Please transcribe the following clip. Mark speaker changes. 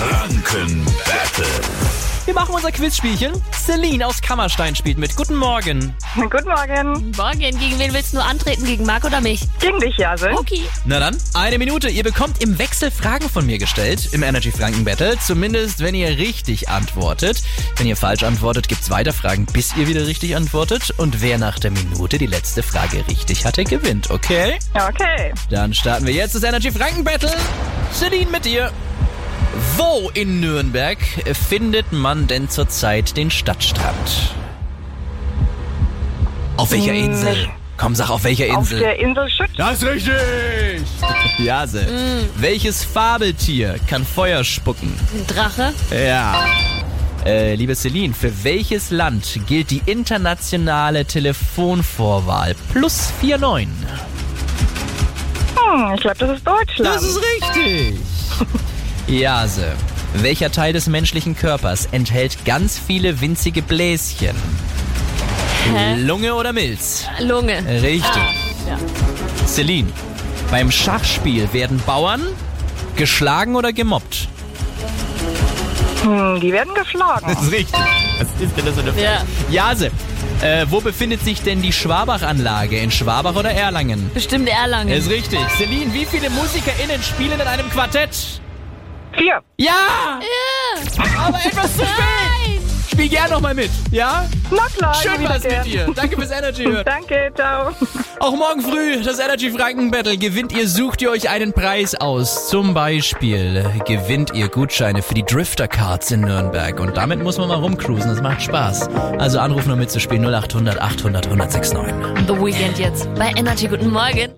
Speaker 1: Franken Battle.
Speaker 2: Wir machen unser Quizspielchen. Celine aus Kammerstein spielt mit. Guten Morgen.
Speaker 3: Guten Morgen.
Speaker 4: Morgen, gegen wen willst du antreten? Gegen Marc oder mich?
Speaker 3: Gegen dich, Jasel.
Speaker 2: Oh.
Speaker 4: Okay.
Speaker 2: Na dann, eine Minute. Ihr bekommt im Wechsel Fragen von mir gestellt im Energy Franken Battle. Zumindest, wenn ihr richtig antwortet. Wenn ihr falsch antwortet, gibt's weiter Fragen, bis ihr wieder richtig antwortet. Und wer nach der Minute die letzte Frage richtig hatte, gewinnt, okay?
Speaker 3: Okay.
Speaker 2: Dann starten wir jetzt das Energy Franken Battle. Celine mit dir. Wo in Nürnberg findet man denn zurzeit den Stadtstrand? Auf welcher Insel? Komm, sag auf welcher
Speaker 3: Hm. Auf
Speaker 2: Insel?
Speaker 3: der Insel Schütt.
Speaker 1: Das ist richtig!
Speaker 2: Jase.
Speaker 3: Hm.
Speaker 2: Welches Fabeltier kann Feuer spucken?
Speaker 4: Ein Drache?
Speaker 2: Ja. Äh, liebe Celine, für welches Land gilt die internationale Telefonvorwahl plus 49?
Speaker 3: Hm, ich glaube, das ist Deutschland.
Speaker 2: richtig. Jase. Welcher Teil des menschlichen Körpers enthält ganz viele winzige Bläschen?
Speaker 4: Hä?
Speaker 2: Lunge oder Milz?
Speaker 4: Lunge.
Speaker 2: Richtig. Ah, Celine, beim Schachspiel werden Bauern geschlagen oder gemobbt?
Speaker 3: hm, die werden geschlagen.
Speaker 2: ist richtig. Was ist denn das für eine
Speaker 4: Ja.
Speaker 2: Jase, äh, wo befindet sich denn die Schwabach-Anlage? In Schwabach oder Erlangen?
Speaker 4: Bestimmt Erlangen.
Speaker 2: Ist richtig. Celine, wie viele MusikerInnen spielen in einem Quartett?
Speaker 3: Vier.
Speaker 2: Ja! Aber etwas zu spät!
Speaker 4: Nein!
Speaker 2: Spiel gern nochmal mit, ja?
Speaker 3: Na klar,
Speaker 2: Schön
Speaker 3: lieber
Speaker 2: war das
Speaker 3: gern.
Speaker 2: mit dir. Danke fürs Energy hören.
Speaker 3: Danke, ciao.
Speaker 2: Auch morgen früh das Energy Franken Battle. Gewinnt ihr, sucht ihr euch einen Preis aus. Zum Beispiel gewinnt ihr Gutscheine für die Drifter Cards in Nürnberg. Und damit muss man mal rumcruisen. Das macht Spaß. Also anrufen, um mitzuspielen. 0800 800 1069.
Speaker 4: The Weekend jetzt. Bei Energy, guten Morgen.